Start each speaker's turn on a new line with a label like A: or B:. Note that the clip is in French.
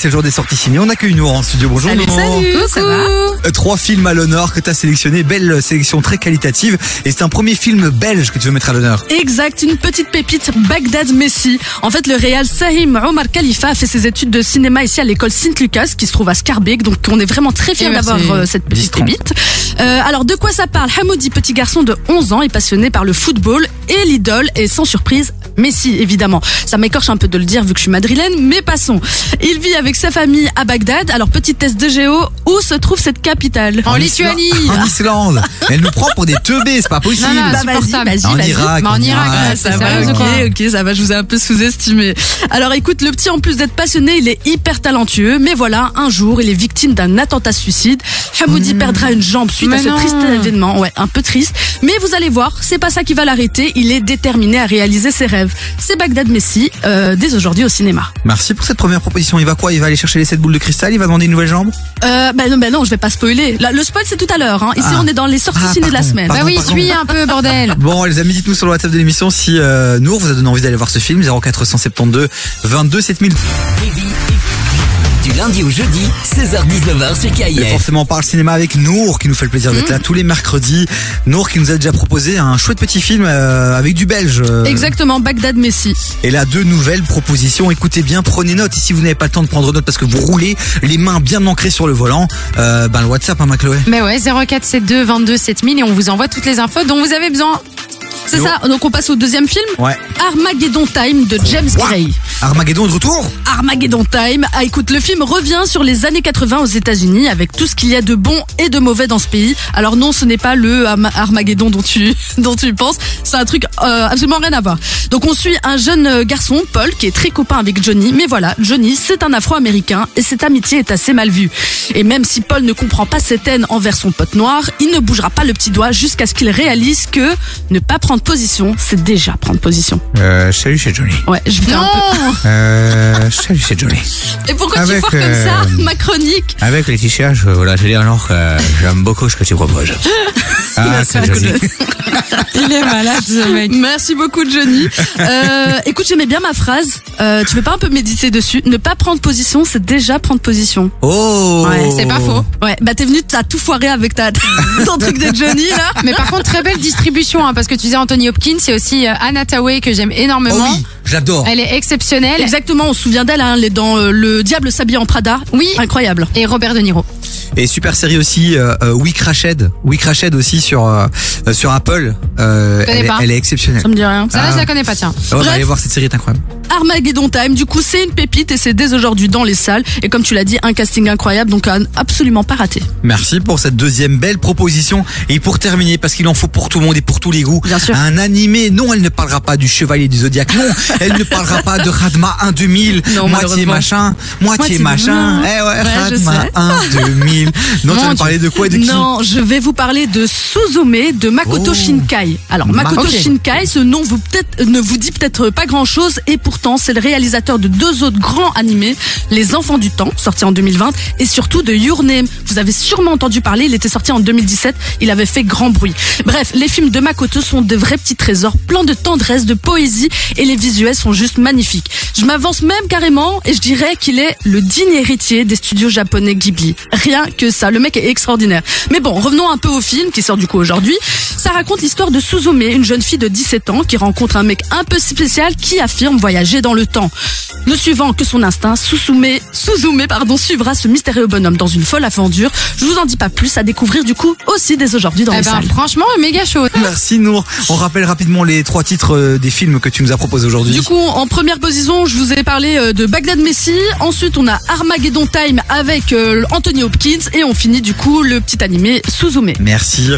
A: c'est le jour des sorties ciné. On accueille Nour en studio. Bonjour
B: Salut,
A: Nour.
B: salut, ça va
A: Euh, Trois films à l'honneur que tu as sélectionnés. Belle sélection très qualitative. Et c'est un premier film belge que tu veux mettre à l'honneur.
B: Exact, une petite pépite, Bagdad Messi. En fait, le réal Sahim Omar Khalifa a fait ses études de cinéma ici à l'école Saint-Lucas, qui se trouve à Scarbeck, donc on est vraiment très fiers
C: Et merci.
B: d'avoir euh, cette petite
A: 10-30.
B: pépite. Euh, alors, de quoi ça parle Hamoudi, petit garçon de 11 ans, est passionné par le football et l'idole, et sans surprise, Messi, évidemment. Ça m'écorche un peu de le dire vu que je suis madrilène, mais passons. Il vit avec sa famille à Bagdad. Alors, petit test de géo, où se trouve cette capitale
C: En
A: Isla-
C: Lituanie
A: En Islande. Elle nous prend pour des teubés, c'est pas possible.
C: Non, non,
B: Bah,
C: supportable.
B: vas-y, vas-y,
A: En
B: vas-y.
A: Irak.
C: Bah, en Irak, là,
B: Ah, ça va,
C: c'est sérieux ou
B: ok,
C: quoi
B: ok, ça va, je vous ai un peu sous-estimé. Alors écoute, le petit, en plus d'être passionné, il est hyper talentueux, mais voilà, un jour, il est victime d'un attentat suicide.
A: Hmm.
B: Hamoudi perdra une jambe suite
C: Mais
B: à ce
C: non.
B: triste événement, ouais, un peu triste. Mais vous allez voir, c'est pas ça qui va l'arrêter, il est déterminé à réaliser ses rêves. C'est Bagdad Messi, euh, dès aujourd'hui au cinéma.
A: Merci pour cette première proposition. Il va quoi Il va aller chercher les 7 boules de cristal Il va demander une nouvelle jambe
B: Euh, ben non, ben non, je vais pas spoiler. Là, le spoil, c'est tout à l'heure. Hein. Ici,
A: Ah.
B: on est dans les sorties
A: Ah,
B: ciné de la
A: pardon,
B: semaine.
A: pardon.
C: Bah oui, suis un peu, bordel
A: Bon, les amis, dites-nous sur le WhatsApp de l'émission si euh, Nour vous a donné envie d'aller voir ce film. 0472 22 7000.
D: Du lundi au jeudi, 16h-19h
A: Et
D: sur KIF.
A: forcément, on parle cinéma avec Nour qui nous fait le plaisir d'être là
C: Mm.
A: tous les mercredis. Nour qui nous a déjà proposé un chouette petit film euh, avec du belge. euh,
B: Exactement, Bagdad Messi.
A: Et là, deux nouvelles propositions. Écoutez bien, prenez note. Et si vous n'avez pas le temps de prendre note parce que vous roulez les mains bien ancrées sur le volant, euh, ben le WhatsApp, hein, ma Chloé.
C: Mais ouais, 0472 22 7000 et on vous envoie toutes les infos dont vous avez besoin.
B: C'est
A: Yo.
B: ça, donc on passe au deuxième film
A: Ouais.
B: Armageddon Time de James
A: Ouah.
B: Gray.
A: Armageddon est de retour
B: Armageddon Time. Ah, écoute, le film revient sur les années 80 aux États-Unis avec tout ce qu'il y a de bon et de mauvais dans ce pays. Alors non, ce n'est pas le Am- Armageddon dont tu dont tu penses. C'est un truc euh, absolument rien à voir. Donc on suit un jeune euh, garçon, Paul, qui est très copain avec Johnny. Mais voilà, Johnny, c'est un Afro-américain et cette amitié est assez mal vue. Et même si Paul ne comprend pas cette haine envers son pote noir, il ne bougera pas le petit doigt jusqu'à ce qu'il réalise que ne pas prendre position, c'est déjà prendre position.
A: euh, Salut, c'est Johnny.
B: Ouais, je vais un peu-
A: Euh, salut, c'est Johnny.
B: Et pourquoi
A: Avec,
B: tu foires comme
A: euh,
B: ça, ma chronique
A: Avec Laetitia, je voulais te dire, Nour, que euh, j'aime beaucoup ce que tu proposes. Ah, c'est Johnny.
C: Il est malade ce mec.
B: Merci beaucoup Johnny. Euh, écoute, j'aimais bien ma phrase. Euh, tu veux pas un peu méditer dessus Ne pas prendre position, c'est déjà prendre position.
A: Oh
B: Ouais,
C: c'est pas faux.
B: Ouais, bah t'es venu, t'as tout foiré avec ta ton truc de Johnny là.
C: Mais par contre, très belle distribution, hein, parce que tu disais Anthony Hopkins, c'est aussi euh, Anna Tawai que j'aime
A: Oh
C: énormément.
A: oui, je l'adore.
C: Elle est exceptionnelle.
B: Exactement, on se souvient d'elle, hein, elle est dans euh, Le Diable s'habille en Prada.
C: Oui.
B: Incroyable.
C: Et Robert De Niro.
A: Et super série aussi, euh, euh, We Crashed. We Crashed aussi sur, euh, euh, sur Apple. Euh,
C: connais
A: elle, est-
C: pas.
A: elle est exceptionnelle.
B: Ça me dit rien.
C: Ça, là,
A: Ah.
C: je la connais pas, tiens.
A: Ouais, bah,
B: Bref.
A: allez voir, cette série est incroyable.
B: Armageddon Time, du coup, c'est une pépite et c'est dès aujourd'hui dans les salles. Et comme tu l'as dit, un casting incroyable, donc à absolument pas raté.
A: Merci pour cette deuxième belle proposition. Et pour terminer, parce qu'il en faut pour tout le monde et pour tous les goûts,
B: Bien sûr.
A: un animé. Non, elle ne parlera pas du Chevalier du Zodiac. Non, elle ne parlera pas de Radma 1 2000.
B: Non,
A: moitié
B: malheureusement.
A: machin, moitié,
B: Moitié
A: machin.
B: blanc.
A: Eh ouais,
B: Ouais, je
A: Radma
B: sais.
A: 1 2000. Non, tu
C: Mon
A: vas me
C: Dieu.
A: parler de quoi et de qui
B: Non, je vais vous parler de Suzume de Makoto
A: Oh.
B: Shinkai. Alors
A: Ma-
B: Makoto
A: Ok.
B: Shinkai, ce nom vous peut-être ne vous dit peut-être pas grand-chose et pourtant c'est le réalisateur de deux autres grands animés, Les Enfants du Temps, sorti en 2020, et surtout de Your Name. Vous avez sûrement entendu parler, il était sorti en 2017, il avait fait grand bruit. Bref, les films de Makoto sont de vrais petits trésors, pleins de tendresse, de poésie et les visuels sont juste magnifiques. Je m'avance même carrément et je dirais qu'il est le digne héritier des studios japonais Ghibli. Rien que ça, le mec est extraordinaire. Mais bon, revenons un peu au film qui sort du coup aujourd'hui. Ça raconte l'histoire de Suzume, une jeune fille de 17 ans qui rencontre un mec un peu spécial qui affirme voyager dans le temps. Ne suivant que son instinct, Suzume, Suzume pardon, suivra ce mystérieux bonhomme dans une folle aventure. Je vous en dis pas plus, à découvrir du coup aussi dès aujourd'hui dans
C: Eh
B: les
C: ben,
B: salles.
C: franchement, méga chaud.
A: Merci Nour. On rappelle rapidement les trois titres euh, des films que tu nous as proposés aujourd'hui.
B: Du coup, en première position, je vous ai parlé euh, de Bagdad Messi. Ensuite, on a Armageddon Time avec euh, Anthony Hopkins. Et on finit du coup le petit animé Suzume.
A: Merci